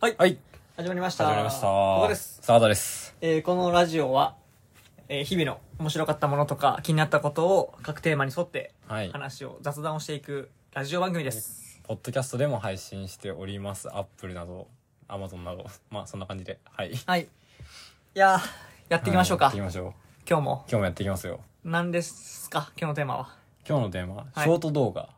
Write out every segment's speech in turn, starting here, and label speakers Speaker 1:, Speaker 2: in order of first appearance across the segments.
Speaker 1: はい。
Speaker 2: はい。
Speaker 1: 始まりました。
Speaker 2: 始まりました。
Speaker 1: ここです。
Speaker 2: 澤田です。
Speaker 1: えーこのラジオは、えー日々の面白かったものとか気になったことを各テーマに沿って
Speaker 2: はい。
Speaker 1: 話を、雑談をしていくラジオ番組です。
Speaker 2: ポッドキャストでも配信しております。アップルなど、アマゾンなど。 まあ、そんな感じで。はい。やっ
Speaker 1: はい。いやー、やっていきましょうか。
Speaker 2: やっていきましょう。
Speaker 1: 今日も。
Speaker 2: 今日もやっていきますよ。
Speaker 1: 何ですか今日のテーマは。
Speaker 2: 今日のテーマ、
Speaker 1: い
Speaker 2: ショート動画。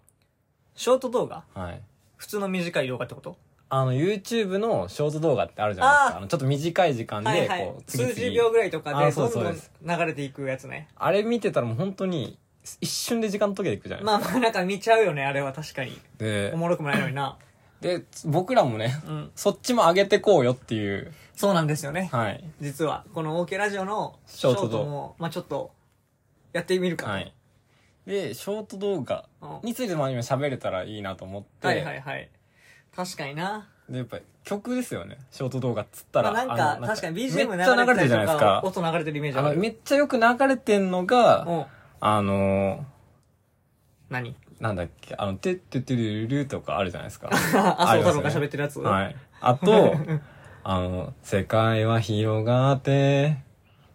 Speaker 1: ショート動画
Speaker 2: はい。
Speaker 1: 普通の短い動画ってこと
Speaker 2: あの、YouTube のショート動画ってあるじゃないです
Speaker 1: あー
Speaker 2: か。あの、ちょっと短い時間で、こう、次々
Speaker 1: 数十秒ぐらいとかで
Speaker 2: あ
Speaker 1: ど
Speaker 2: そうん
Speaker 1: ど
Speaker 2: そうんです
Speaker 1: 流れていくやつね。
Speaker 2: あれ見てたらもう本当に、一瞬で時間解けていくじゃないですか。
Speaker 1: まあまあなんか見ちゃうよね、あれは確かに。
Speaker 2: で
Speaker 1: お、もろくもないのにな。
Speaker 2: で、僕らもね、
Speaker 1: うん。
Speaker 2: そっちも上げてこうよっていう。
Speaker 1: そうなんですよね。
Speaker 2: はい。
Speaker 1: 実はこの OK ラジオのシ
Speaker 2: シ
Speaker 1: ョ
Speaker 2: ョ
Speaker 1: ー
Speaker 2: ー
Speaker 1: ト
Speaker 2: ト動画
Speaker 1: もまあちょっとやってみるか、
Speaker 2: はい。で、ショート動画
Speaker 1: うん
Speaker 2: についても今喋れたらいいなと思って、
Speaker 1: はいはいはい確かにな、
Speaker 2: でやっぱり曲ですよねショート動画っつった
Speaker 1: ま
Speaker 2: ら、
Speaker 1: あ、なんか
Speaker 2: あの
Speaker 1: 確かに BGM
Speaker 2: めっちゃ流れてるじゃないですか
Speaker 1: 音流れてるイメージ
Speaker 2: あ
Speaker 1: あ
Speaker 2: の
Speaker 1: る
Speaker 2: めっちゃよく流れてんのが、
Speaker 1: うん
Speaker 2: あの
Speaker 1: 何
Speaker 2: ー、なんだっけあの「てってってるるる」とかあるじゃないですか
Speaker 1: あ
Speaker 2: あ
Speaker 1: そう
Speaker 2: り
Speaker 1: 太
Speaker 2: ま
Speaker 1: 郎
Speaker 2: す
Speaker 1: が
Speaker 2: ね
Speaker 1: 喋ってるやつ、
Speaker 2: はいあとあの「世界は広がって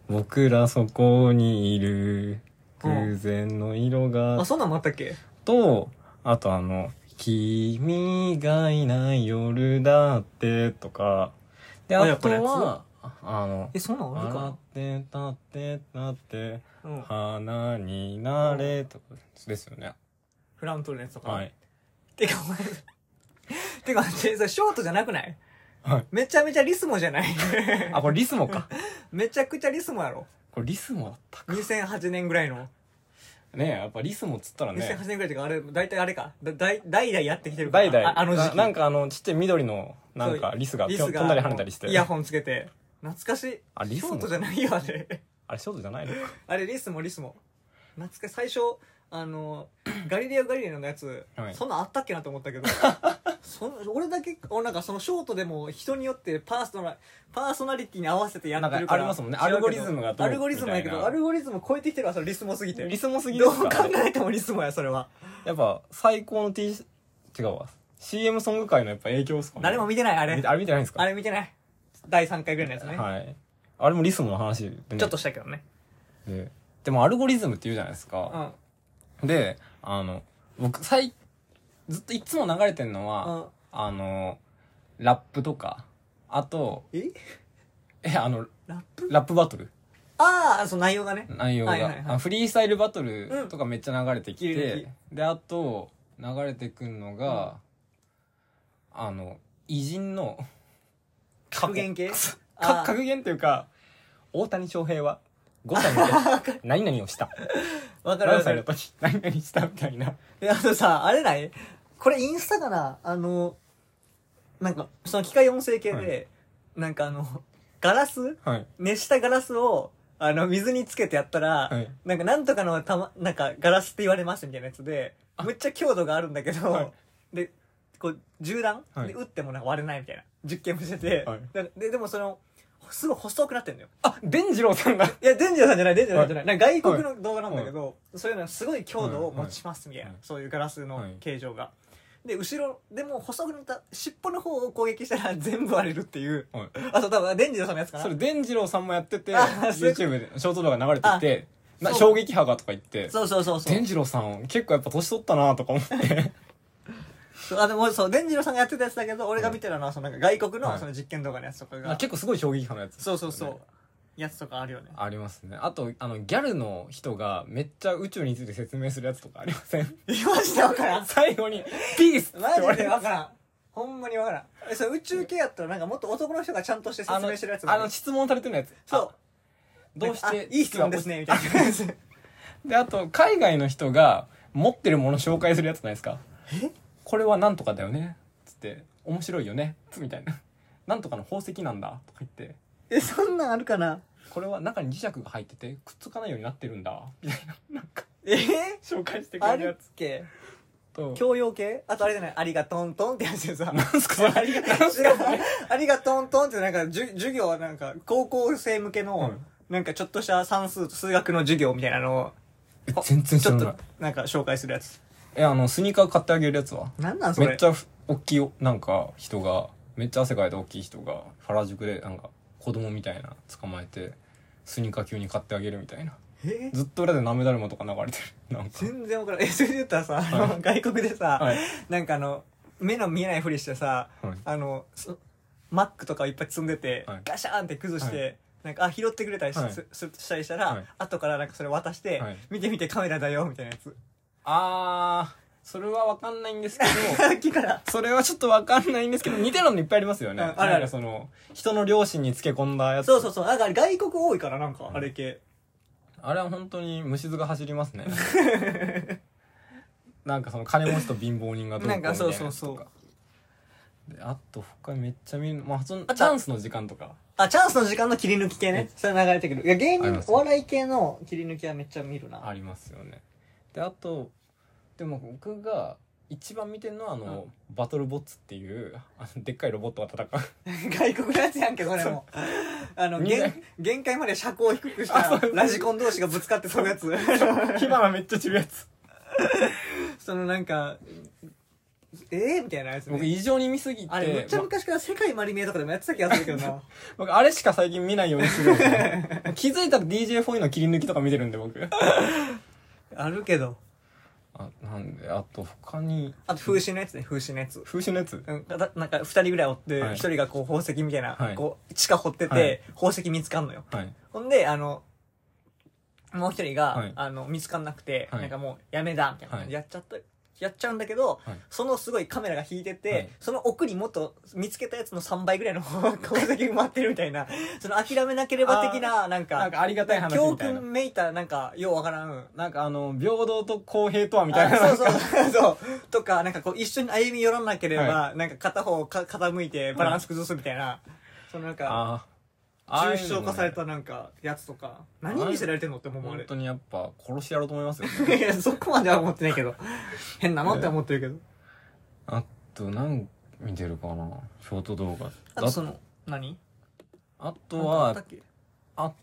Speaker 2: 僕らそこにいる偶然の色が」
Speaker 1: あそんなんもあったっけ
Speaker 2: とあとあの「君がいない夜だって」とかで
Speaker 1: あ
Speaker 2: あ
Speaker 1: やっぱ
Speaker 2: と
Speaker 1: りやつ
Speaker 2: はあの
Speaker 1: えそんなんある
Speaker 2: 笑
Speaker 1: か
Speaker 2: ってたってたって
Speaker 1: な、うん、
Speaker 2: 花になれとかですよね。
Speaker 1: フラントルのやつとか、
Speaker 2: はい。
Speaker 1: てかお前 てか待ってそれショートじゃなくない
Speaker 2: はい
Speaker 1: めちゃめちゃリスモじゃない
Speaker 2: あ、これリスモか。
Speaker 1: めちゃくちゃリスモやろ
Speaker 2: これリスモだったか。
Speaker 1: 2008年ぐらいの
Speaker 2: ねえ、やっぱリスモっつったら
Speaker 1: 2008年、ぐらい
Speaker 2: ね
Speaker 1: っていうかあれ大体あれかだだい代々やってきてるから
Speaker 2: 代々、
Speaker 1: ああの時期
Speaker 2: ななんかあの、ちっちゃい緑の、なんかリスが
Speaker 1: リ
Speaker 2: ぴょ
Speaker 1: ス
Speaker 2: ん
Speaker 1: が
Speaker 2: 飛んだり跳ねたりして
Speaker 1: イ。ヤホンつけて懐かしい
Speaker 2: あリス
Speaker 1: シ
Speaker 2: も
Speaker 1: ョートじゃないよあれ
Speaker 2: あれショートじゃないのか。
Speaker 1: あれリスもリスも懐かしい最初あのガリレオ・ガリレオのやつ、
Speaker 2: はい
Speaker 1: そんなんあったっけなと思った けどそん俺だけ俺なんかそのショートでも人によってパーソナパーソナリティに合わせてやってるから
Speaker 2: なんかありますもんね
Speaker 1: 違うけど
Speaker 2: アルゴリズムがどうみたいな
Speaker 1: アルゴリズムやけどアルゴリズム超えてきてるわそのリスもすぎて
Speaker 2: リスモすぎで
Speaker 1: どう
Speaker 2: す
Speaker 1: 考
Speaker 2: か
Speaker 1: えてもリスもやそれは
Speaker 2: やっぱ最高の T シ違うわ。CM ソング界のやっぱ影響ですかね。
Speaker 1: 誰も見てないあ
Speaker 2: あれ
Speaker 1: れ
Speaker 2: あれ見てないんですか
Speaker 1: あれ見てない第3回ぐらいのやつね、
Speaker 2: はい。あれもリスモの話で、ね、
Speaker 1: ちょっとしたけどね
Speaker 2: で。でもアルゴリズムって言うじゃないですか。
Speaker 1: うん
Speaker 2: で、あの、僕、最、ずっといつも流れてんのは、
Speaker 1: うん
Speaker 2: あの、ラップとか、あと、
Speaker 1: え
Speaker 2: え、あの、
Speaker 1: ラップ
Speaker 2: ラップバトル
Speaker 1: ああその内容がね
Speaker 2: 内容が、
Speaker 1: はいはいはい
Speaker 2: あのフリースタイルバトルとかめっちゃ流れて
Speaker 1: う
Speaker 2: き
Speaker 1: ん
Speaker 2: て、
Speaker 1: ギリギ
Speaker 2: で、あと、流れてくんのが、あの、偉人の、
Speaker 1: 格言系
Speaker 2: か
Speaker 1: あー
Speaker 2: 格言っていうか、大谷翔平は、5歳の時、何々 をした。
Speaker 1: わかるわ
Speaker 2: 何
Speaker 1: か
Speaker 2: 歳の
Speaker 1: る
Speaker 2: 時、何々したみたいな。
Speaker 1: であとさあれないこれインスタかなあのなんかその機械音声系で、なんかあのガラス
Speaker 2: はい。
Speaker 1: 熱したガラスをあの水につけてやったら、
Speaker 2: はい
Speaker 1: なんかなんとかのたまなんかガラスって言われますみたいなやつでむっちゃ強度があるんだけど、
Speaker 2: はい
Speaker 1: でこう銃弾、
Speaker 2: はい
Speaker 1: で撃ってもなんか割れないみたいな実験もしてて、
Speaker 2: はい
Speaker 1: なんかででもそのすごい細くなってんのよ
Speaker 2: あ、デンジローさんが、
Speaker 1: いや、デンジャーさんじゃない、デンジャーさんじゃない。なんか外国の動画なんだけど、そういうのはすごい強度を持ちますみたいな、
Speaker 2: はいはい
Speaker 1: そういうガラスの
Speaker 2: はい
Speaker 1: 形状が。で、後ろ、でも細くなった尻尾の方を攻撃したら全部割れるっていう。
Speaker 2: はい
Speaker 1: あと多分、デンジャーさんのやつかな。
Speaker 2: それ伝次郎さんもやってて
Speaker 1: あそういう
Speaker 2: YouTube でショート動画流れてきてな
Speaker 1: そう
Speaker 2: 衝撃波がとか言って
Speaker 1: そうそうそうそう
Speaker 2: 伝次郎さん結構やっぱ年取ったなとか思って
Speaker 1: そう。あ、でもそう、デンジャーさんがやってたやつだけど、俺が見てたのはそのなんか外国
Speaker 2: は
Speaker 1: の
Speaker 2: い
Speaker 1: その実験動画のやつとかが。
Speaker 2: あ結構すごい衝撃波のやつです
Speaker 1: そ
Speaker 2: よ
Speaker 1: う
Speaker 2: ね
Speaker 1: そうそう。やつとかあるよね。
Speaker 2: ありますねあとあのギャルの人がめっちゃ宇宙について説明するやつとかありません
Speaker 1: いましたわ からん。
Speaker 2: 最後に「ピース!」って
Speaker 1: マ
Speaker 2: 言わ
Speaker 1: ジ
Speaker 2: れ
Speaker 1: で
Speaker 2: る
Speaker 1: わからん。ほんまにわからん。え、それ宇宙系やったらなんかもっと男の人がちゃんとして
Speaker 2: あ
Speaker 1: 説
Speaker 2: の
Speaker 1: 明してるやつだ
Speaker 2: あ
Speaker 1: ね
Speaker 2: の質問されてるやつ
Speaker 1: そう
Speaker 2: あ。どうし
Speaker 1: あ
Speaker 2: て
Speaker 1: いい質問ですね、みたいなやつ。
Speaker 2: であと海外の人が持ってるもの紹介するやつないですかこれはなんとかだよねつって面白いよねつみたいななんとかの宝石なんだとか言って
Speaker 1: え、そんなんあるかな
Speaker 2: これは中に磁石が入っててくっつかないようになってるんだみたいななんか
Speaker 1: え
Speaker 2: 紹介してく
Speaker 1: あ
Speaker 2: れる
Speaker 1: る
Speaker 2: や
Speaker 1: っけ
Speaker 2: つと
Speaker 1: 教養系あとあれじゃないありがとんとんってやつでさ。
Speaker 2: 何すかそれ
Speaker 1: ありが知らないありがとんとんってなんか、じゅ授業はなんか、高校生向けの、
Speaker 2: うん
Speaker 1: なんかちょっとした算数と数学の授業みたいなのを、
Speaker 2: え全然知
Speaker 1: ち
Speaker 2: ら
Speaker 1: ょっ
Speaker 2: ない
Speaker 1: となんか紹介するやつ。
Speaker 2: えあのスニーカー買ってあげるやつは
Speaker 1: なんなんそれ
Speaker 2: めっちゃふ大きいおなんか人がめっちゃ汗かいた大きい人が原宿でなんか子供みたいな捕まえてスニーカー急に買ってあげるみたいな
Speaker 1: え
Speaker 2: ずっと裏で涙だるまとか流れてるなんか
Speaker 1: 全然分からんえそれで言ったらさ、あの
Speaker 2: は
Speaker 1: 外国でさ、
Speaker 2: はい
Speaker 1: なんかあの目の見えないふりしてさ
Speaker 2: はい
Speaker 1: あのそマックとかをいっぱい積んでて、
Speaker 2: はい
Speaker 1: ガシャーンって崩して、
Speaker 2: は
Speaker 1: なんかあ拾ってくれたりし,す、
Speaker 2: はい
Speaker 1: すしたりしたら、
Speaker 2: はい
Speaker 1: 後からなんかそれ渡して、
Speaker 2: はい
Speaker 1: 見て見てカメラだよみたいなや つ
Speaker 2: あーそれは分かんないんですけど
Speaker 1: さっきから
Speaker 2: それはちょっと分かんないんですけど似てるのいっぱいありますよね
Speaker 1: うんあるある
Speaker 2: なんかその人の両親につけ込んだやつ
Speaker 1: そうそうそうなんか外国多いからなんか
Speaker 2: うん
Speaker 1: あれ系、
Speaker 2: あれは本当に虫唾が走ります ねなんかその金持ちと貧乏人がどうこうみたいなやつと
Speaker 1: なんかそうそう
Speaker 2: であと他めっちゃ見るまあその
Speaker 1: あ
Speaker 2: チャンスの時間とか
Speaker 1: あチャンスの時間の切り抜き系ねそれ流れてくるいや芸
Speaker 2: あり
Speaker 1: 人
Speaker 2: ます
Speaker 1: お笑い系の切り抜きはめっちゃ見るな
Speaker 2: ありますよねであとでも僕が一番見てるのはあの、バトルボッツっていうあのでっかいロボットが戦う
Speaker 1: 外国のやつやんけそれもあの
Speaker 2: 見ない
Speaker 1: 限限界まで車高を低くし
Speaker 2: あ
Speaker 1: た
Speaker 2: そう
Speaker 1: ラジコン同士がぶつかってそのや つ
Speaker 2: 火花めっちゃ散るやつ
Speaker 1: そのなんかええみたいなやつ、
Speaker 2: 僕
Speaker 1: ね、
Speaker 2: 異常に見すぎて
Speaker 1: あれめっちゃ
Speaker 2: ま
Speaker 1: 昔から世界マリメイとかでもやってた気がするけどな
Speaker 2: 僕あれしか最近見ないようにするんです よ気づいたら DJ4 の切り抜きとか見てるんで 僕
Speaker 1: あるけど
Speaker 2: あなんであと他に
Speaker 1: あと風刺のやつね風刺のやつ
Speaker 2: 風刺のやつ
Speaker 1: うんだなんか二人ぐらいおって
Speaker 2: はい
Speaker 1: 一人がこう宝石みたいな、
Speaker 2: はい
Speaker 1: こう地下掘ってて、
Speaker 2: はい
Speaker 1: 宝石見つかんのよ
Speaker 2: はい
Speaker 1: ほんで、あの、もう一人が、
Speaker 2: はい
Speaker 1: あの、見つかんなくて、
Speaker 2: はい
Speaker 1: なんかもう、やめだ、みたいな、
Speaker 2: はい
Speaker 1: やっちゃった、やっちゃうんだけど、
Speaker 2: はい
Speaker 1: そのすごいカメラが引いてて、
Speaker 2: はい
Speaker 1: その奥にもっと見つけたやつの3倍ぐらいの 宝石埋まってるみたいな、その諦めなければ的な、なん
Speaker 2: なん
Speaker 1: か、
Speaker 2: かありがたい話
Speaker 1: 教
Speaker 2: みたいな
Speaker 1: 訓めいた、なんか、ようわからん。
Speaker 2: なんかあの平等と公平とはみたいな
Speaker 1: あそうそう そう。とか、なんかこう、一緒に歩み寄らなければ、
Speaker 2: は
Speaker 1: なんか片方か傾いてバランス崩すみたいな、そのなんか、
Speaker 2: ああ
Speaker 1: 抽象化されたなんか、やつとか、何見せられてんのって思うあ
Speaker 2: 本
Speaker 1: れ。
Speaker 2: 当にやっぱ殺してやろうと思いますよね
Speaker 1: いや、そこまでは思ってないけど。変なのって思ってるけど。
Speaker 2: あと何見てるかなショート動画
Speaker 1: あとその、何
Speaker 2: あ
Speaker 1: と
Speaker 2: とは
Speaker 1: だっけ
Speaker 2: こ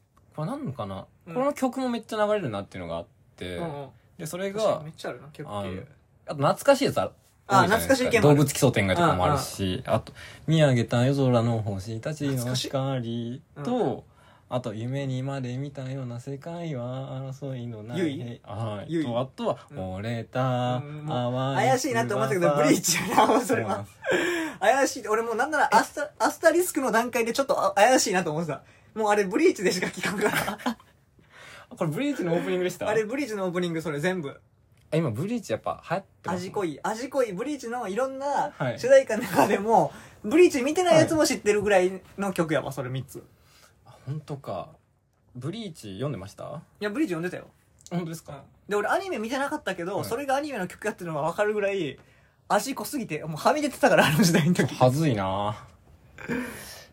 Speaker 2: れ何のかな、
Speaker 1: うん
Speaker 2: この曲もめっちゃ流れるなっていうのがあって、
Speaker 1: うんうん。
Speaker 2: でそれ
Speaker 1: 確かに
Speaker 2: が
Speaker 1: めっちゃあるな、曲
Speaker 2: あの
Speaker 1: 系。
Speaker 2: あと懐かしいやつある
Speaker 1: あ
Speaker 2: 多じゃない
Speaker 1: 懐か
Speaker 2: です
Speaker 1: しい系もあ
Speaker 2: 動
Speaker 1: る
Speaker 2: 物奇想天外とかもあるしあと「見上げた夜空の星たち
Speaker 1: 懐
Speaker 2: の
Speaker 1: かしい
Speaker 2: 光と」あと「夢にまで見たような世界は争いのない」
Speaker 1: ゆい
Speaker 2: はい、
Speaker 1: ゆい
Speaker 2: とあとは
Speaker 1: う
Speaker 2: 「
Speaker 1: ん
Speaker 2: 折れた
Speaker 1: うんも
Speaker 2: 淡い
Speaker 1: 怪しいなって思ったけど、ブリーチやな、もうそれ
Speaker 2: そうなん
Speaker 1: は
Speaker 2: で。す
Speaker 1: 怪しい。俺もうなんならアスタ、アスタリスクの段階でちょっとあ怪しいなと思ってた。もうあれブリーチでしか聞かんから。
Speaker 2: あこれブリーチのオープニングでした
Speaker 1: あれブリーチのオープニングそれ全部。
Speaker 2: あ今ブリーチやっぱ流行ってます
Speaker 1: 味濃い。味濃い。ブリーチのいろんな
Speaker 2: はい
Speaker 1: 主題歌の中でも、ブリーチ見てないやつも知ってるぐらいの曲やわ、それ3つ。い
Speaker 2: あ本当かブリーチ読んでました
Speaker 1: や、ブリーチ読んでたよ。
Speaker 2: 本当ですか、
Speaker 1: で俺アニメ見てなかったけど、
Speaker 2: はい
Speaker 1: それがアニメの曲やってるのが分かるぐらい足濃すぎてもうはみ出てたからあの時代の時
Speaker 2: はずいな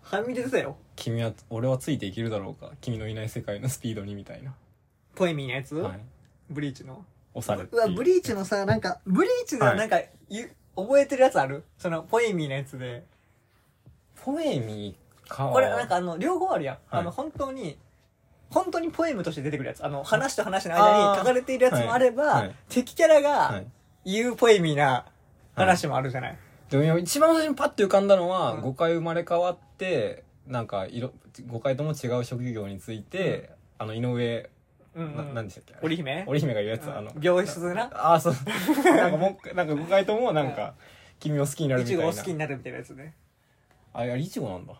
Speaker 1: はみ出てたよ
Speaker 2: 君は俺はついていけるだろうか君のいない世界のスピードにみたいな、
Speaker 1: ポエミーのやつ、
Speaker 2: はい、
Speaker 1: ブリーチの
Speaker 2: 押されて
Speaker 1: うわブリーチのさなんかブリーチで
Speaker 2: はい
Speaker 1: なんか、ゆ覚えてるやつあるそのポエミーのやつで
Speaker 2: ポエミーか
Speaker 1: これなんかあの両方あるやん、
Speaker 2: はい
Speaker 1: あの本当に本当にポエムとして出てくるやつあの話と話の間
Speaker 2: あー
Speaker 1: に書かれているやつもあれば、
Speaker 2: はいはい
Speaker 1: 敵キャラ
Speaker 2: は
Speaker 1: が
Speaker 2: い
Speaker 1: 言うポエミーな話もあるじゃない、
Speaker 2: でも今一番最初にパッて浮かんだのは、
Speaker 1: うん
Speaker 2: 5回生まれ変わってなんか色5回とも違う職業について、あの井上、
Speaker 1: うんうん
Speaker 2: ななんでしたっけあれ
Speaker 1: 織姫
Speaker 2: 織姫が言うやつ、
Speaker 1: うん
Speaker 2: あの
Speaker 1: 病室な
Speaker 2: あ あそうなんかもうなんか5回ともなんか君を好きになる
Speaker 1: い
Speaker 2: みた
Speaker 1: ち
Speaker 2: い
Speaker 1: ご
Speaker 2: な
Speaker 1: を好きになるみたいなやつね
Speaker 2: ああれいちごなんだ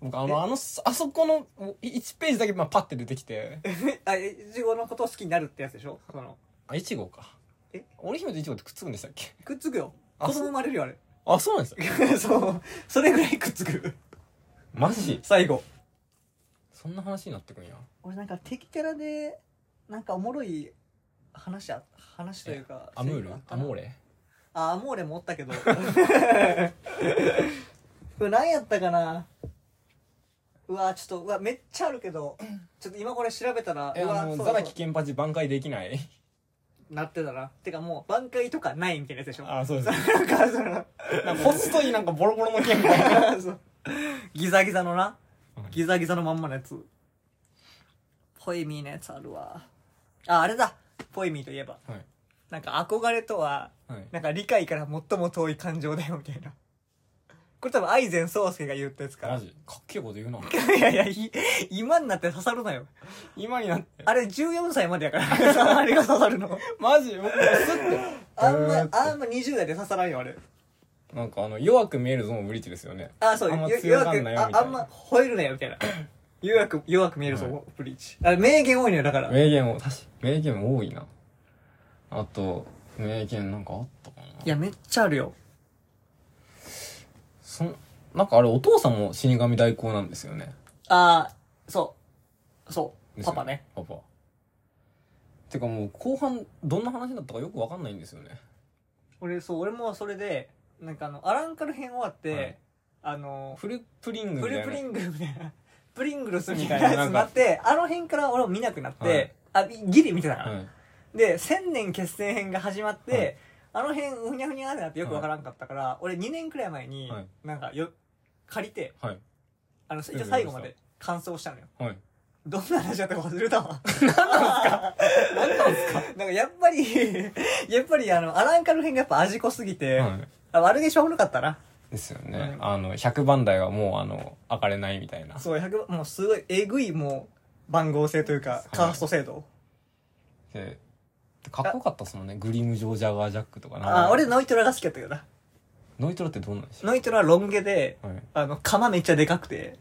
Speaker 2: 僕あ
Speaker 1: え
Speaker 2: のあのあそこの1ページだけまあパッて出てきて
Speaker 1: あ、いちごのことを好きになるってやつでしょその、
Speaker 2: あいちごか
Speaker 1: え
Speaker 2: 織姫といちごってくっつくんでしたっけ
Speaker 1: くっつくよ。
Speaker 2: あ
Speaker 1: 子供生まれるよ、あれ。
Speaker 2: あそうなんです よ
Speaker 1: そう。それぐらいくっつく。
Speaker 2: マジ
Speaker 1: 最後。
Speaker 2: そんな話になってくんや
Speaker 1: 俺なんか敵キャラで、なんかおもろい話や、話というか。
Speaker 2: アムールアモー
Speaker 1: レ。
Speaker 2: レ
Speaker 1: あ、アモーレもおったけど。こ れ何やったかなうわ、ちょっと、うわ、めっちゃあるけど、ちょっと今これ調べたら、
Speaker 2: え
Speaker 1: うわ
Speaker 2: あ、の
Speaker 1: そう
Speaker 2: ザ
Speaker 1: だ
Speaker 2: ラキケンパチ挽回で きない
Speaker 1: なってたな。てかもう、挽回とかないみたいなやつでしょ
Speaker 2: あそうで す
Speaker 1: なんか、その、
Speaker 2: なんか細いなんかボロボロの剣みたいな
Speaker 1: そうギザギザのなギザギザのまんまのやつポエミーのやつあるわああれだポエミーといえば
Speaker 2: はい
Speaker 1: なんか憧れとは
Speaker 2: はい
Speaker 1: なんか理解から最も遠い感情だよみたいなこれ多分愛禅宗介が言ったやつか
Speaker 2: マ
Speaker 1: ら。
Speaker 2: ジかっけえこと言うな
Speaker 1: いやいや、い今になって刺さるなよ。
Speaker 2: 今になって
Speaker 1: あれ14歳までやから。あれが刺さるの。
Speaker 2: マジ僕スッて
Speaker 1: あんま
Speaker 2: えーっ、て
Speaker 1: あんま20代で刺さらんよ、あれ。
Speaker 2: なんかあの弱く見えるゾーンブリッジですよね
Speaker 1: あ、そう、
Speaker 2: あんま
Speaker 1: よ
Speaker 2: 強
Speaker 1: 弱
Speaker 2: がん
Speaker 1: く
Speaker 2: なよ
Speaker 1: あ
Speaker 2: み、たい
Speaker 1: あ
Speaker 2: なん
Speaker 1: ま吠えるなよ、みたい な。弱く、弱く見えるぞ、ブリーチ。あ、名言多いのよ、だから。い
Speaker 2: 名言を確か名言多いなあと名言なんかあったかな
Speaker 1: や、めっちゃあるよ。
Speaker 2: そんなんかあれお父さんも死神代行なんですよね
Speaker 1: あー、そう。そ
Speaker 2: で
Speaker 1: う。
Speaker 2: すよ
Speaker 1: パパね。
Speaker 2: パパてかもう後半どんな話だったかよくわかんないんですよね
Speaker 1: 俺、そう、俺もそれで、なんかあの、アランカル編終わって、
Speaker 2: はい
Speaker 1: あの、
Speaker 2: フルプリングみ
Speaker 1: プ
Speaker 2: たい
Speaker 1: ル
Speaker 2: な
Speaker 1: プリングみたいな、プリングルスみたい
Speaker 2: みた
Speaker 1: ない
Speaker 2: な
Speaker 1: やつになって、 あの辺から俺も見なくなって、あ、ギリ見てたから。
Speaker 2: はい
Speaker 1: で、千年決戦編が始まって、
Speaker 2: はい
Speaker 1: あの辺、うにゃふにゃってなってよくわからんかったから、俺2年くらい前に、
Speaker 2: はい
Speaker 1: なんかよ、借りて、
Speaker 2: はい
Speaker 1: あの、一応最後まで完走したのよ。
Speaker 2: はい
Speaker 1: どんな話だったか忘れたわ。何なんすか何なんすかなんかやっぱり、 やっぱりあの、アランカル編がやっぱ味濃すぎて、
Speaker 2: はい
Speaker 1: あ悪気しょうもなかったな。
Speaker 2: ですよね、
Speaker 1: はい
Speaker 2: あの100番台はもうあの上がれないみたいな
Speaker 1: そう、100、もうすごい、えぐいもう、番号制というか、カースト制度。
Speaker 2: ででかっこよかったっすもんねグリム・ジョージ・ャガー・ジャックとかな
Speaker 1: あ、俺ノイトラが好きだったけどな。
Speaker 2: ノイトラってどうなんでしょ
Speaker 1: ノイトラはロン毛で、
Speaker 2: う、はい、
Speaker 1: あの、釜めっちゃでかくて、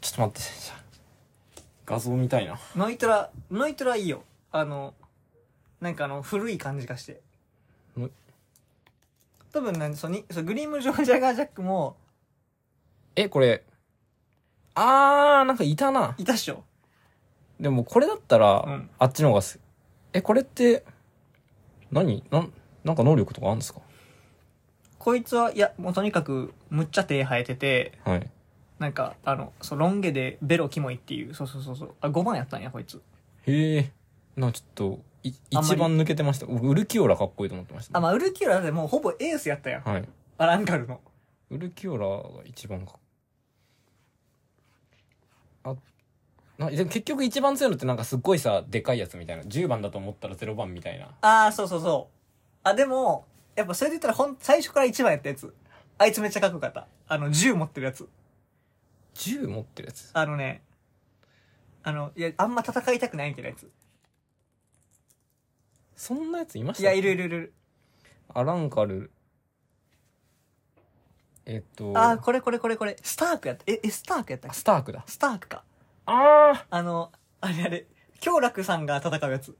Speaker 2: ちょっと待ってじゃあ画像見たいな
Speaker 1: ノイトラ、ノイトラいいよ。あの、なんかあの、古い感じがして
Speaker 2: ん。
Speaker 1: 多分なんそうに、そう、グリームジョージャガージャックも、
Speaker 2: えこれあーなんかいたない
Speaker 1: たっしょ。
Speaker 2: でもこれだったら、
Speaker 1: うん
Speaker 2: あっちの方がすえこれって何なんなんか能力とかあるんですか
Speaker 1: こいつは、いや、もうとにかく、むっちゃ手生えてて、
Speaker 2: はい
Speaker 1: なんか、あの、そう、ロン毛でベロキモいっていう、そうそうそうそう。あ、5番やったんや、こいつ。
Speaker 2: へえなんかちょっとい
Speaker 1: あんまり
Speaker 2: 一番抜けてました僕ウルキオラかっこいいと思ってました、
Speaker 1: あ、まあ、ウルキュラでもうほぼエースやったやん。
Speaker 2: はい
Speaker 1: アランカルの。
Speaker 2: ウルキオラが一番かあなでも結局一番強いのってなんかすっごいさでかいやつみたいな10番だと思ったら0番みたいな
Speaker 1: ああ、そうそうそう。あ、でも、やっぱそれで言ったらほん、最初から1番やったやつ。あいつめっちゃかっこよかった。あの、銃持ってるやつ。
Speaker 2: 10持ってるやつ
Speaker 1: あのね、あの、いや、あんま戦いたくないみたいなやつ。
Speaker 2: そんなやついました
Speaker 1: いや、いるいるいる。
Speaker 2: アランカルえっと
Speaker 1: ああ、これこれこれこれ。スタークやった。え、え、スタークやったっ
Speaker 2: あ
Speaker 1: け
Speaker 2: スタークだ
Speaker 1: スタークか。
Speaker 2: あ
Speaker 1: あの、あれあれ、京楽さんが戦うやつ。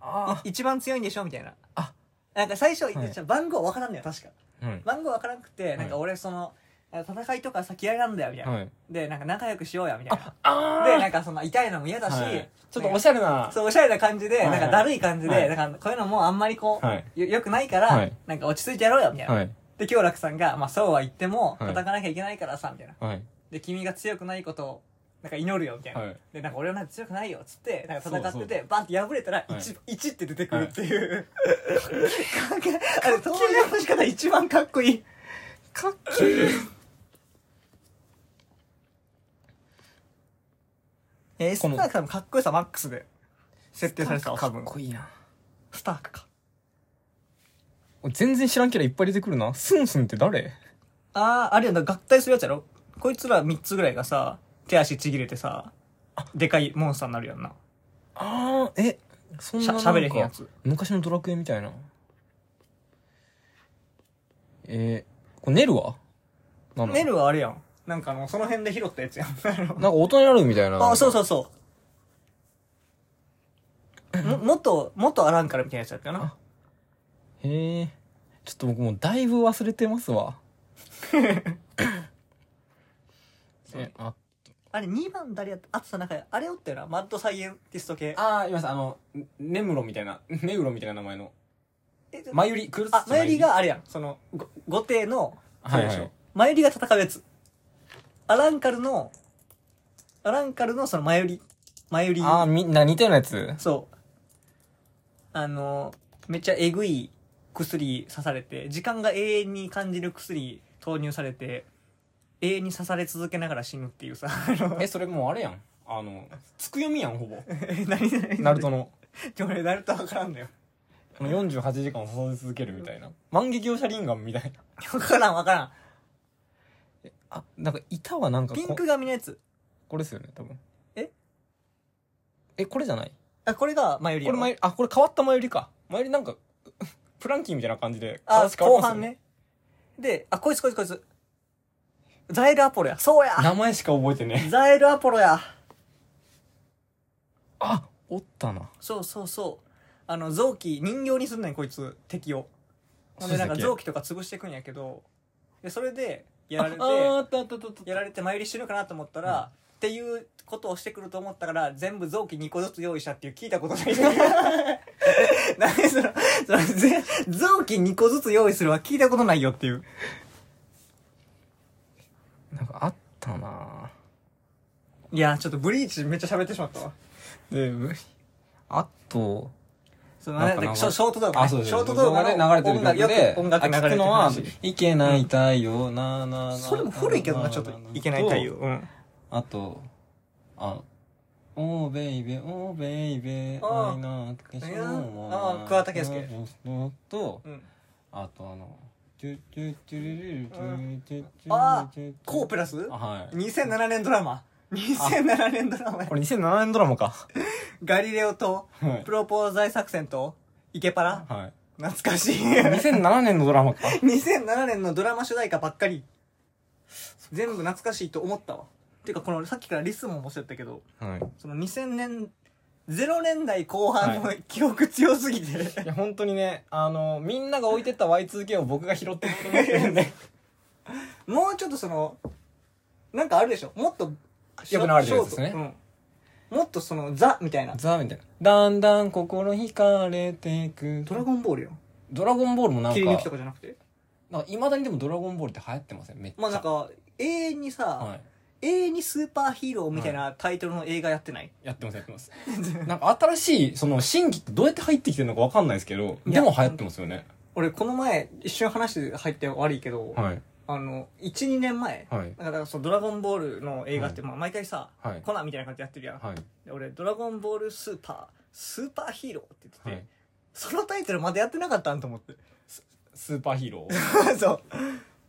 Speaker 2: あ
Speaker 1: 一番強いんでしょみたいな。
Speaker 2: あ
Speaker 1: なんか最初、
Speaker 2: い
Speaker 1: ちょ番号わからんのよ、確か。
Speaker 2: はい
Speaker 1: 番号わからんくて、なんか俺その、戦いとかさ嫌いなんだよ、みたいな。
Speaker 2: はい
Speaker 1: で、なんか仲良くしようや、みたいな。
Speaker 2: あ
Speaker 1: で、なんかその痛いのも嫌だし、
Speaker 2: はいちょっと
Speaker 1: なん
Speaker 2: お
Speaker 1: か
Speaker 2: しゃれな
Speaker 1: そう、おしゃれな感じで、
Speaker 2: はい
Speaker 1: なんかだるい感じ
Speaker 2: は
Speaker 1: で、
Speaker 2: い
Speaker 1: なんかこういうのもあんまりこう、
Speaker 2: はい
Speaker 1: よ、よくないから、
Speaker 2: はい
Speaker 1: なんか落ち着いてやろうよ、みたいな。
Speaker 2: はい
Speaker 1: で、京楽さんが、まあそうは言っても、
Speaker 2: はい
Speaker 1: 叩かなきゃいけないからさ、みたいな。
Speaker 2: はい
Speaker 1: で、君が強くないことを、なんか祈るよ、みたいな。
Speaker 2: はい
Speaker 1: で、なんか俺はなんか強くないよ、つって、なんか戦って
Speaker 2: そう
Speaker 1: て、バンって破れたら、
Speaker 2: はい
Speaker 1: 1、一って出てくるっていう。 かっけえあれ、登場の仕方一番かっこいい。
Speaker 2: かっけえ
Speaker 1: えー、スタ
Speaker 2: この
Speaker 1: ーク多分かっこよさマックスで設定されてたわ、多分
Speaker 2: かっ。こいいな
Speaker 1: スタークか。
Speaker 2: 俺全然知らんキャラいっぱい出てくるなスンスンって誰
Speaker 1: あー、あれやな、合体するやつやろこいつら3つぐらいがさ、手足ちぎれてさ、でかいモンスターになるやんな。
Speaker 2: ああえそんな
Speaker 1: しゃ
Speaker 2: な
Speaker 1: 喋れへ
Speaker 2: ん
Speaker 1: んや
Speaker 2: か
Speaker 1: つ
Speaker 2: 昔のドラクエみたいなえー、これネルはなの
Speaker 1: ネルはあれやん。なんかあの、その辺で拾ったやつやん。
Speaker 2: なんか大人になるみたいな
Speaker 1: あ、そうそうそう。も、元、元アランカルみたいなやつだったよな。
Speaker 2: へえちょっと僕もうだいぶ忘れてますわ えあ
Speaker 1: あれ、2番誰やったあとさ、なんか、あれおったよな。マッドサイエンティスト系。
Speaker 2: あーいましたあのねネムロみたいなネウロみたいな名前の
Speaker 1: え
Speaker 2: マユリクル
Speaker 1: あ、マユリがあれやん。その、ご後手の、
Speaker 2: はいはい
Speaker 1: そうでしょマユリが戦うやつ。アランカルの、アランカルのそのマユリ、マユリ。
Speaker 2: ああみんな似たようなやつ
Speaker 1: そう。あの、めっちゃえぐい薬刺されて、時間が永遠に感じる薬投入されて、永遠に刺され続けながら死ぬっていうさ、 あの、
Speaker 2: えそれもうあれやんあのつくよみやんほぼ
Speaker 1: え何何
Speaker 2: ナルトの
Speaker 1: ちょ俺、ナルトわからんのよ。
Speaker 2: あの48時間を刺され続けるみたいな万華鏡車輪眼みたいな
Speaker 1: わからんわからん。
Speaker 2: あなんか板はなんかこ
Speaker 1: ピンク髪のやつ。
Speaker 2: これですよね多分
Speaker 1: え
Speaker 2: えこれじゃない
Speaker 1: あ、これが前より
Speaker 2: これ前あこれ変わった前よりか前よりなんか プランキーみたいな感じで
Speaker 1: あ、
Speaker 2: 形変わ
Speaker 1: 後
Speaker 2: りますよ
Speaker 1: 半ね。で、あ、こいつこいつこいつ。ザエルアポロや。そうや
Speaker 2: 名前しか覚えてねえ
Speaker 1: ザエルアポロや。
Speaker 2: あおったな
Speaker 1: そうそうそう。あの、臓器、人形にすんねん、こいつ、敵を。ほんで、なんか
Speaker 2: そうで
Speaker 1: 臓器
Speaker 2: したっけ
Speaker 1: とか潰していくんやけど、で、それで、やられて
Speaker 2: あ、ああったあったあったあった
Speaker 1: やられて前売りしてるかなと思ったら、
Speaker 2: うん
Speaker 1: っていうことをしてくると思ったから、全部臓器2個ずつ用意したっていう聞いたこと ない。何その、そのぜ臓器2個ずつ用意するは聞いたことないよっていう。
Speaker 2: なんかあったない
Speaker 1: や、ちょっとブリーチめっちゃ喋ってしまったわ。
Speaker 2: でういあと
Speaker 1: その
Speaker 2: なん
Speaker 1: ね
Speaker 2: かなんか
Speaker 1: ショショート動画、ね。
Speaker 2: あ、そうです。
Speaker 1: ショート動画
Speaker 2: で
Speaker 1: で
Speaker 2: 流れてる曲
Speaker 1: よ
Speaker 2: で、
Speaker 1: く音楽流れて
Speaker 2: あ聞く
Speaker 1: る
Speaker 2: のは
Speaker 1: 話、
Speaker 2: いけない太陽、なあなあなあ
Speaker 1: それも古いけどな、ちょっと。いけない太陽。。うん。
Speaker 2: あと、あ、おーベイベー、おーベイベー、
Speaker 1: あー
Speaker 2: 愛なあ、化
Speaker 1: あー桑田佳祐
Speaker 2: と、
Speaker 1: うん。
Speaker 2: あとあの、トゥトゥトゥルルルトゥトゥトゥルルル
Speaker 1: あ
Speaker 2: トゥトゥ
Speaker 1: コープラス
Speaker 2: あはい。
Speaker 1: 2007年ドラマ。2007年ドラマや
Speaker 2: こ。れ2007年ドラマか。
Speaker 1: ガリレオと、
Speaker 2: はい
Speaker 1: プ。ロポーザイ作戦と、イケパラ
Speaker 2: はい。
Speaker 1: 懐かしい。
Speaker 2: 2007年のドラマか。
Speaker 1: 2007年のドラマ主題歌ばっかり全部懐かしいと思ったわていうかこのさっきからリスもおっしゃったけど
Speaker 2: はい。
Speaker 1: その2000年0年代後半の
Speaker 2: は
Speaker 1: 記憶強すぎて、
Speaker 2: いや本当にねあのみんなが置いてった Y2K を僕が拾ってると思ってるんで
Speaker 1: もうちょっとそのなんかあるでしょもっと
Speaker 2: よく流れてるやつですね
Speaker 1: ショートうんもっとそのザみたいな
Speaker 2: ザーみたいなだんだん心惹かれてく
Speaker 1: ドラゴンボールよ
Speaker 2: ドラゴンボールもなん
Speaker 1: 切り抜きと
Speaker 2: か
Speaker 1: かじゃなくて
Speaker 2: いまだにでもドラゴンボールって流行ってませんめっちゃ
Speaker 1: まあなんか永遠にさ、
Speaker 2: はい
Speaker 1: 永遠にスーパーヒーローみたいなタイトルの映画やってない、
Speaker 2: やってますやってます なんか新しいその新規ってどうやって入ってきてるのかわかんないですけど
Speaker 1: いや
Speaker 2: でも流行ってますよね
Speaker 1: 俺この前一瞬話入って悪いけど、
Speaker 2: はい
Speaker 1: あの12年前、
Speaker 2: はい
Speaker 1: だからその「ドラゴンボール」の映画って、まあ、毎回さ、
Speaker 2: はい
Speaker 1: コナンみたいな感じでやってるやん、
Speaker 2: はい
Speaker 1: で俺「ドラゴンボールスーパースーパーヒーロー」って言ってて、
Speaker 2: はい
Speaker 1: そのタイトルまだやってなかったんと思って
Speaker 2: スーパーヒーロー
Speaker 1: そう「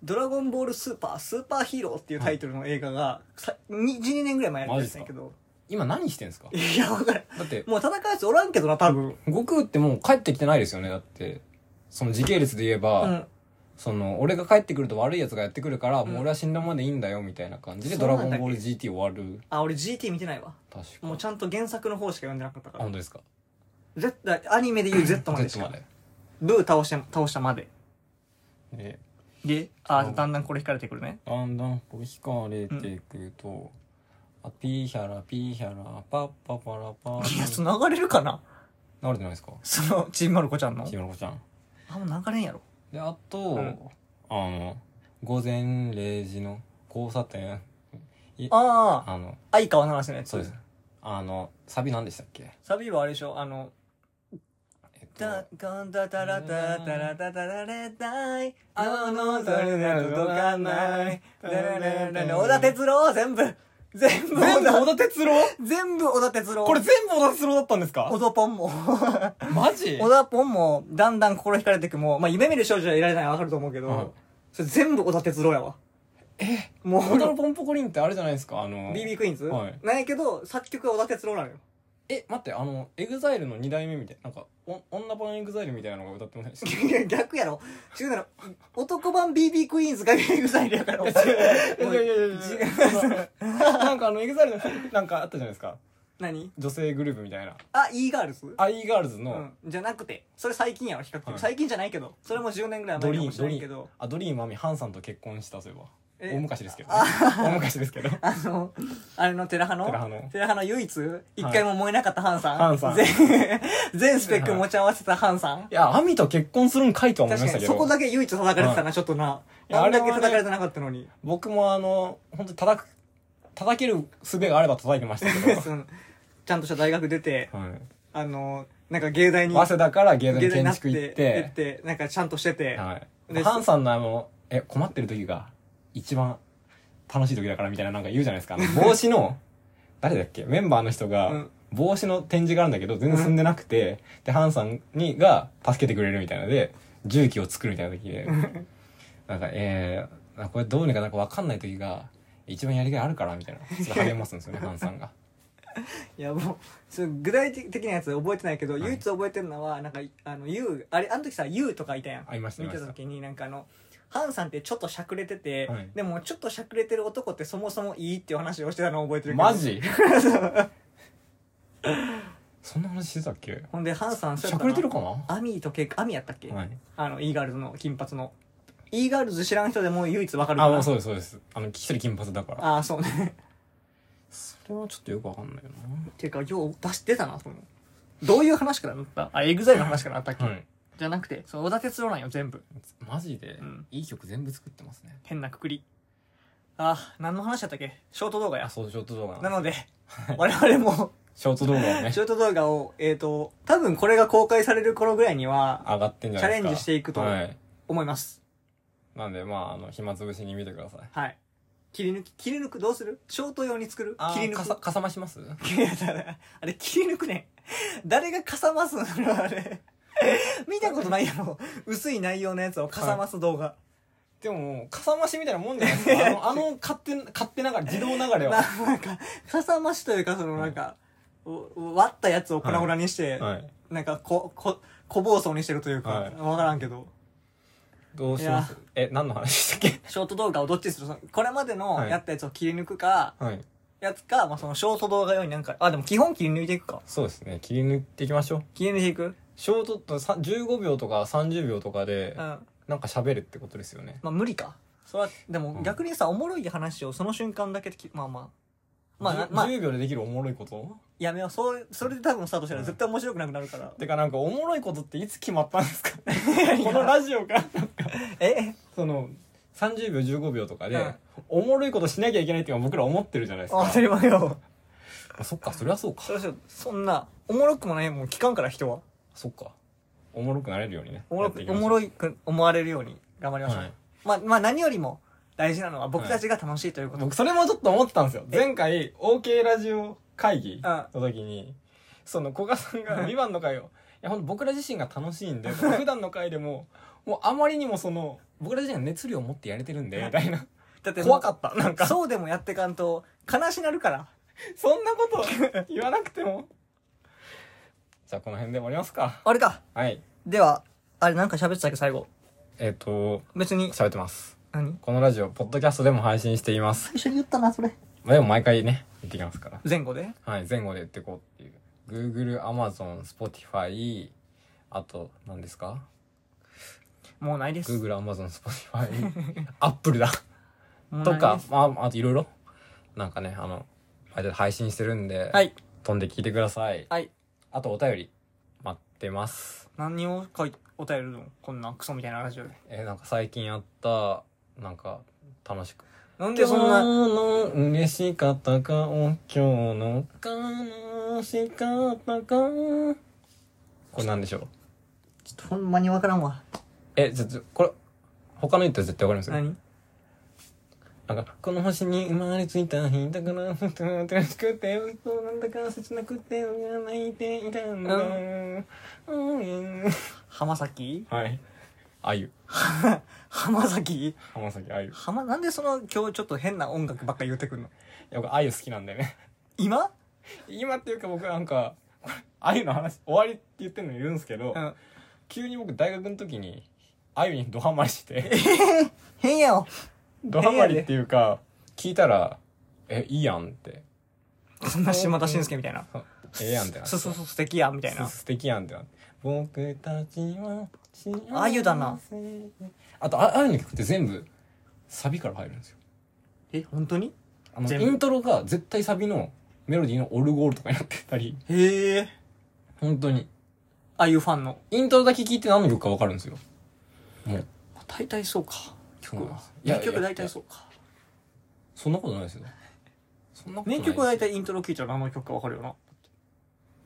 Speaker 1: ドラゴンボールスーパースーパーヒーロー」っていうタイトルの映画が、さに12年ぐらい前やってたんやけど
Speaker 2: 今何してんですか
Speaker 1: いや分からん
Speaker 2: だって
Speaker 1: もう戦うやつおらんけどな多分
Speaker 2: 悟空ってもう帰ってきてないですよねだってその時系列で言えば、
Speaker 1: うん
Speaker 2: その俺が帰ってくると悪いやつがやってくるから、
Speaker 1: ん
Speaker 2: もう俺は死んだまでいいんだよみたいな感じで「
Speaker 1: そ
Speaker 2: ド
Speaker 1: うな
Speaker 2: ラ
Speaker 1: んだ
Speaker 2: ゴ
Speaker 1: っ
Speaker 2: ン
Speaker 1: け
Speaker 2: ボール GT」終わる
Speaker 1: あ俺 GT 見てないわ
Speaker 2: 確か
Speaker 1: もうちゃんと原作の方しか読んでなかった
Speaker 2: あ
Speaker 1: から
Speaker 2: 本当ですか
Speaker 1: 絶対アニメで言う Z までし
Speaker 2: Z
Speaker 1: か
Speaker 2: まで
Speaker 1: ブー倒した倒したまで
Speaker 2: で
Speaker 1: であ
Speaker 2: そう
Speaker 1: だんだんこれ引かれてくるね
Speaker 2: だんだんこう惹かれていくと、あピーヒャラピーヒャラパッパパラパ
Speaker 1: いや、そ
Speaker 2: ー
Speaker 1: う流れるかな
Speaker 2: 流れてないですか
Speaker 1: その、ちんまる子ちゃんの
Speaker 2: ひ。まる子ちゃん
Speaker 1: あ、もう流れんやろ。
Speaker 2: であと、
Speaker 1: うん
Speaker 2: あの午前0時の交差点
Speaker 1: ああ、
Speaker 2: あの
Speaker 1: 相川七瀬のやつ。
Speaker 2: そうです。あのサビ何でしたっけ
Speaker 1: サビはあれでしょあの、
Speaker 2: えっと
Speaker 1: だ、ガンダダラダダラダダラレダイ。あの、それなら届かない。ダララララ小田哲郎全部全部
Speaker 2: 全
Speaker 1: 小
Speaker 2: 部
Speaker 1: 田、
Speaker 2: 小田哲郎
Speaker 1: 全部小田哲郎。
Speaker 2: これ、全部小田哲郎だったんですか
Speaker 1: 小田ポンも。
Speaker 2: マジ
Speaker 1: 小田ポンも、だんだん心惹かれてくもう、まあ、夢見る少女はいられないのはわかると思うけ
Speaker 2: うん
Speaker 1: ど、それ全部小田哲郎やわ。えも
Speaker 2: 小田の
Speaker 1: う、
Speaker 2: ポンポコリンってあれじゃないですかあの
Speaker 1: BB クイーンズ
Speaker 2: はい
Speaker 1: なんやけど、作曲は小田哲郎なのよ。
Speaker 2: え待ってあのエグザイルの2代目みたいななんかお女版エグザイルみたいなのが歌ってませんでし
Speaker 1: いや逆やろ違うなら男版 BB クイーンズが EXILE やから
Speaker 2: た いや
Speaker 1: もう
Speaker 2: いやいやいやなんかあのエグザイルのなんかあったじゃないですか
Speaker 1: 何
Speaker 2: 女性グループみたいな
Speaker 1: あ e ガールズ
Speaker 2: アイガールズ
Speaker 1: う
Speaker 2: の
Speaker 1: んじゃなくてそれ最近やろ比較的、
Speaker 2: はい
Speaker 1: 最近じゃないけどそれも10年ぐらい
Speaker 2: ド
Speaker 1: 前
Speaker 2: リ
Speaker 1: かも
Speaker 2: ーム
Speaker 1: し
Speaker 2: ド
Speaker 1: れな
Speaker 2: リ
Speaker 1: いけ
Speaker 2: ーム
Speaker 1: ど
Speaker 2: あドリーマミハンさんと結婚したそういえば
Speaker 1: え
Speaker 2: 大昔ですけどね大昔ですけど
Speaker 1: あのあれの寺派の
Speaker 2: テラハの
Speaker 1: 寺派の唯一一回も燃えなかったハンさん、
Speaker 2: ハンさん
Speaker 1: 全全スペック持ち合わせたハンさん、
Speaker 2: いやアミと結婚するんかいとは思い
Speaker 1: 確
Speaker 2: ま
Speaker 1: かに
Speaker 2: したけ
Speaker 1: そこ
Speaker 2: ど
Speaker 1: だけ唯一叩かれてたな、ちょっとない
Speaker 2: や
Speaker 1: あんだ
Speaker 2: あ
Speaker 1: け
Speaker 2: れはね
Speaker 1: 叩かれてなかったのに
Speaker 2: 僕もあの本当に叩く叩ける術があれば叩いてましたけ ど
Speaker 1: そのちゃんとした大学出て
Speaker 2: はい
Speaker 1: あのなんか芸大に
Speaker 2: 早稲田から芸大
Speaker 1: 芸大に
Speaker 2: に建
Speaker 1: なっ
Speaker 2: 築
Speaker 1: て
Speaker 2: 行っ、
Speaker 1: 行っててなんかちゃんとしてて、
Speaker 2: はい、
Speaker 1: で
Speaker 2: ハンさんのあのえ困ってる時が一番楽しい時だからみたいななんか言うじゃないです かあの帽子の誰だっけメンバーの人
Speaker 1: う
Speaker 2: が
Speaker 1: ん
Speaker 2: 帽子の展示があるんだけど全然進んでなくて、でハンさんにが助けてくれるみたいなので重機を作るみたいな時でなんかえーあこれどうにかなんか分かんない時が一番やりがいあるからみたいなそれ励ますんです よねハンさんが
Speaker 1: いやもうその具体的なやつ覚えてないけど、
Speaker 2: はい
Speaker 1: 唯一覚えてるのはなんかあの YOU あれあの時さ YOU とかいたやん
Speaker 2: あいましたい
Speaker 1: 見
Speaker 2: ま
Speaker 1: た
Speaker 2: した
Speaker 1: 時になんかあのハンさんってちょっとしゃくれてて、
Speaker 2: はい
Speaker 1: でもちょっとしゃくれてる男ってそもそもいいっていう話をしてたのを覚えてるけど
Speaker 2: マ ジそんな話してたっけ
Speaker 1: ほんでハンさん
Speaker 2: し
Speaker 1: そう
Speaker 2: ゃ
Speaker 1: やったな
Speaker 2: くれてるかな
Speaker 1: アミーと結構アミーやったっけ、
Speaker 2: はい
Speaker 1: あの e ガールズの金髪の e ガールズ知らん人でも唯一わかる
Speaker 2: あ
Speaker 1: な
Speaker 2: もうそうですそうですあの一人金髪だから
Speaker 1: あーそうね
Speaker 2: それはちょっとよく分かんないよ
Speaker 1: っていうかよう出してたなそのどういう話からなったあエグザイルの話からなったっけ、
Speaker 2: なはい
Speaker 1: じゃなくてそう小田哲郎なんよ全部
Speaker 2: マジで、
Speaker 1: うん
Speaker 2: いい曲全部作ってますね
Speaker 1: 変なくくりあ何の話だったっけショート動画
Speaker 2: あ
Speaker 1: や
Speaker 2: そうショート動画
Speaker 1: な
Speaker 2: の
Speaker 1: ので我々も
Speaker 2: ショート動画をね
Speaker 1: ショート動画をえっ、と多分これが公開される頃ぐらいには
Speaker 2: 上がってんじゃないで
Speaker 1: チ
Speaker 2: すか
Speaker 1: ャレンジしていくと
Speaker 2: はい
Speaker 1: 思います
Speaker 2: なんでまああの暇つぶしに見てください
Speaker 1: はい切り抜き切り抜くどうするショート用に作る
Speaker 2: あ
Speaker 1: 切り抜
Speaker 2: ー
Speaker 1: く
Speaker 2: かさかさ増します
Speaker 1: いやだからあれ切り抜くねん誰がかさますのあれ 見たことないやろ薄い内容のやつをかさます動画、
Speaker 2: でもかさ増しみたいなもんじゃないですかあ のあの勝手勝手ながら自動流れ
Speaker 1: な
Speaker 2: を
Speaker 1: なんかかさ増しというかそのなんか、お割ったやつを粉々にして、
Speaker 2: はい
Speaker 1: なんかここ小暴走にしてるというか、
Speaker 2: はい
Speaker 1: わからんけど
Speaker 2: どうしますえ何の話したっけ
Speaker 1: ショート動画をどっちにするそのこれまでの
Speaker 2: はい
Speaker 1: やったやつを切り抜くか、
Speaker 2: はい
Speaker 1: やつか、まあ、そのショート動画用になんかあでも基本切り抜いていくか
Speaker 2: そうですね切り抜いていきましょう
Speaker 1: 切り抜いていく
Speaker 2: ショートとさ15秒とか30秒とかで
Speaker 1: うんま
Speaker 2: なんか喋るってことですよね
Speaker 1: あ無理かそれはで
Speaker 2: う
Speaker 1: も
Speaker 2: ん
Speaker 1: 逆にさおもろい話をその瞬間だけできまあまあまあな
Speaker 2: 10
Speaker 1: まあ
Speaker 2: 10秒でできるおもろいこと
Speaker 1: やめようそうそれで多分スタートしたら絶対面白くなくなるから、
Speaker 2: てかなんかおもろいことっていつ決まったん ですかこのラジオ から
Speaker 1: え
Speaker 2: その30秒15秒とかで、
Speaker 1: うん
Speaker 2: おもろいことしなきゃいけないっていうのは僕ら思ってるじゃないです
Speaker 1: 当
Speaker 2: か
Speaker 1: たり前よ
Speaker 2: あそっかそりゃそうか
Speaker 1: そうしようそんなおもろくもないもん聞かんから人は
Speaker 2: そっかおもろくなれるようにね
Speaker 1: おもろくおも
Speaker 2: い
Speaker 1: ろいく思われるように頑張りましょう、
Speaker 2: はい
Speaker 1: まあまあ何よりも大事なのは僕たちが楽しいということ、
Speaker 2: 僕それもちょっと思ってたんですよ前回 OK ラジオ会議
Speaker 1: うん
Speaker 2: の時にその古賀さん
Speaker 1: う
Speaker 2: が
Speaker 1: ん
Speaker 2: 「ビバンの会をいやほんと僕ら自身が楽しいんで普段の会でももうあまりにもその僕ら自身が熱量を持ってやれてるんでみたいな
Speaker 1: だってもう
Speaker 2: 怖か ったなんかそ
Speaker 1: そうでもやってかんと悲しなるから
Speaker 2: んなこと 言わなくてもじゃあこの辺で終わりますか
Speaker 1: あれか
Speaker 2: はい
Speaker 1: ではあれなんか喋ってたっけ最後
Speaker 2: えっ、と
Speaker 1: 別に
Speaker 2: 喋ってます
Speaker 1: 何
Speaker 2: このラジオポッドキャストでも配信しています
Speaker 1: 最初に言ったなそれ
Speaker 2: まあでも毎回ね言ってきますから
Speaker 1: 前後で
Speaker 2: はい、前後で言ってこうっていう。Google、Amazon、Spotify、あと、何ですか
Speaker 1: もうないです
Speaker 2: ?Google、Amazon、Spotify、Apple だ
Speaker 1: もうない
Speaker 2: とか
Speaker 1: です、
Speaker 2: まあ、あといろいろ、なんかね、あの、間で配信してるんで、
Speaker 1: はい
Speaker 2: 飛んで聞いてください。
Speaker 1: はい
Speaker 2: あとお便り、待ってます。
Speaker 1: 何を書いお便りのこんなクソみたいなラジオで
Speaker 2: えーなんか最近やった、なんか、楽しく。
Speaker 1: なんで
Speaker 2: 今日
Speaker 1: そんな
Speaker 2: の嬉しかったか今日の悲しかったかこれなんでしょう
Speaker 1: ちょっとほんまにわからんわ
Speaker 2: え、ちょ、ちょ、これ、他の人は絶対わかりますよ。
Speaker 1: 何
Speaker 2: なんか、この星に生まれついた日だから、ふと新しくて、そうなんだか切なくて、泣いていたんだ。うん。
Speaker 1: 浜崎
Speaker 2: はい。あゆ。
Speaker 1: 浜崎
Speaker 2: 浜崎あゆ。い
Speaker 1: 浜なんでその今日ちょっと変な音楽ばっか言ってくんの
Speaker 2: や、僕、あゆ好きなんだよね。
Speaker 1: 今
Speaker 2: 今っていうか僕なんか、これ、あゆの話、終わりって言ってるのいるんですけど、
Speaker 1: うん
Speaker 2: 急に僕大学の時に、あゆにドハマりして、
Speaker 1: 変やよ
Speaker 2: ドハマりっていうか、聞いたら、え、いいやんって。
Speaker 1: そんな島田紳介みたいな
Speaker 2: ええやんってなって
Speaker 1: そうそうそう素敵やみたいな
Speaker 2: 素敵やんってな僕たちは幸せ
Speaker 1: あゆだな
Speaker 2: あとああゆの曲って全部サビから入るんですよ
Speaker 1: え本当に
Speaker 2: あの
Speaker 1: 全
Speaker 2: イ
Speaker 1: 部
Speaker 2: ントロが絶対サビのメロディーのオルゴールとかになってたり
Speaker 1: へえ
Speaker 2: 本当に
Speaker 1: ああいうファンの
Speaker 2: イントロだけ聞いて何の曲か分かるんですよもう
Speaker 1: 大体そうか
Speaker 2: 曲
Speaker 1: 名曲大体そうか
Speaker 2: そんなことないですよそんなことない
Speaker 1: 名
Speaker 2: ですよ
Speaker 1: 曲は大体イントロ聞いたら何の曲かわかるよな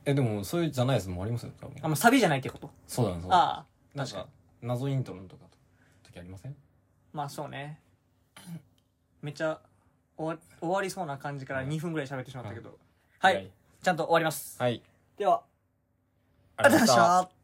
Speaker 2: えでもそういうじゃないやつもありますよ多分
Speaker 1: あまあサビじゃないってこと
Speaker 2: そうなんですよ
Speaker 1: ああ
Speaker 2: なん
Speaker 1: 確
Speaker 2: か謎イントロのとか時ありません
Speaker 1: まあそうねめっちゃ終わ終わりそうな感じから2分ぐらい喋ってしまったけどはいちゃんと終わります
Speaker 2: はい
Speaker 1: ではあ
Speaker 2: あ
Speaker 1: りがとうございました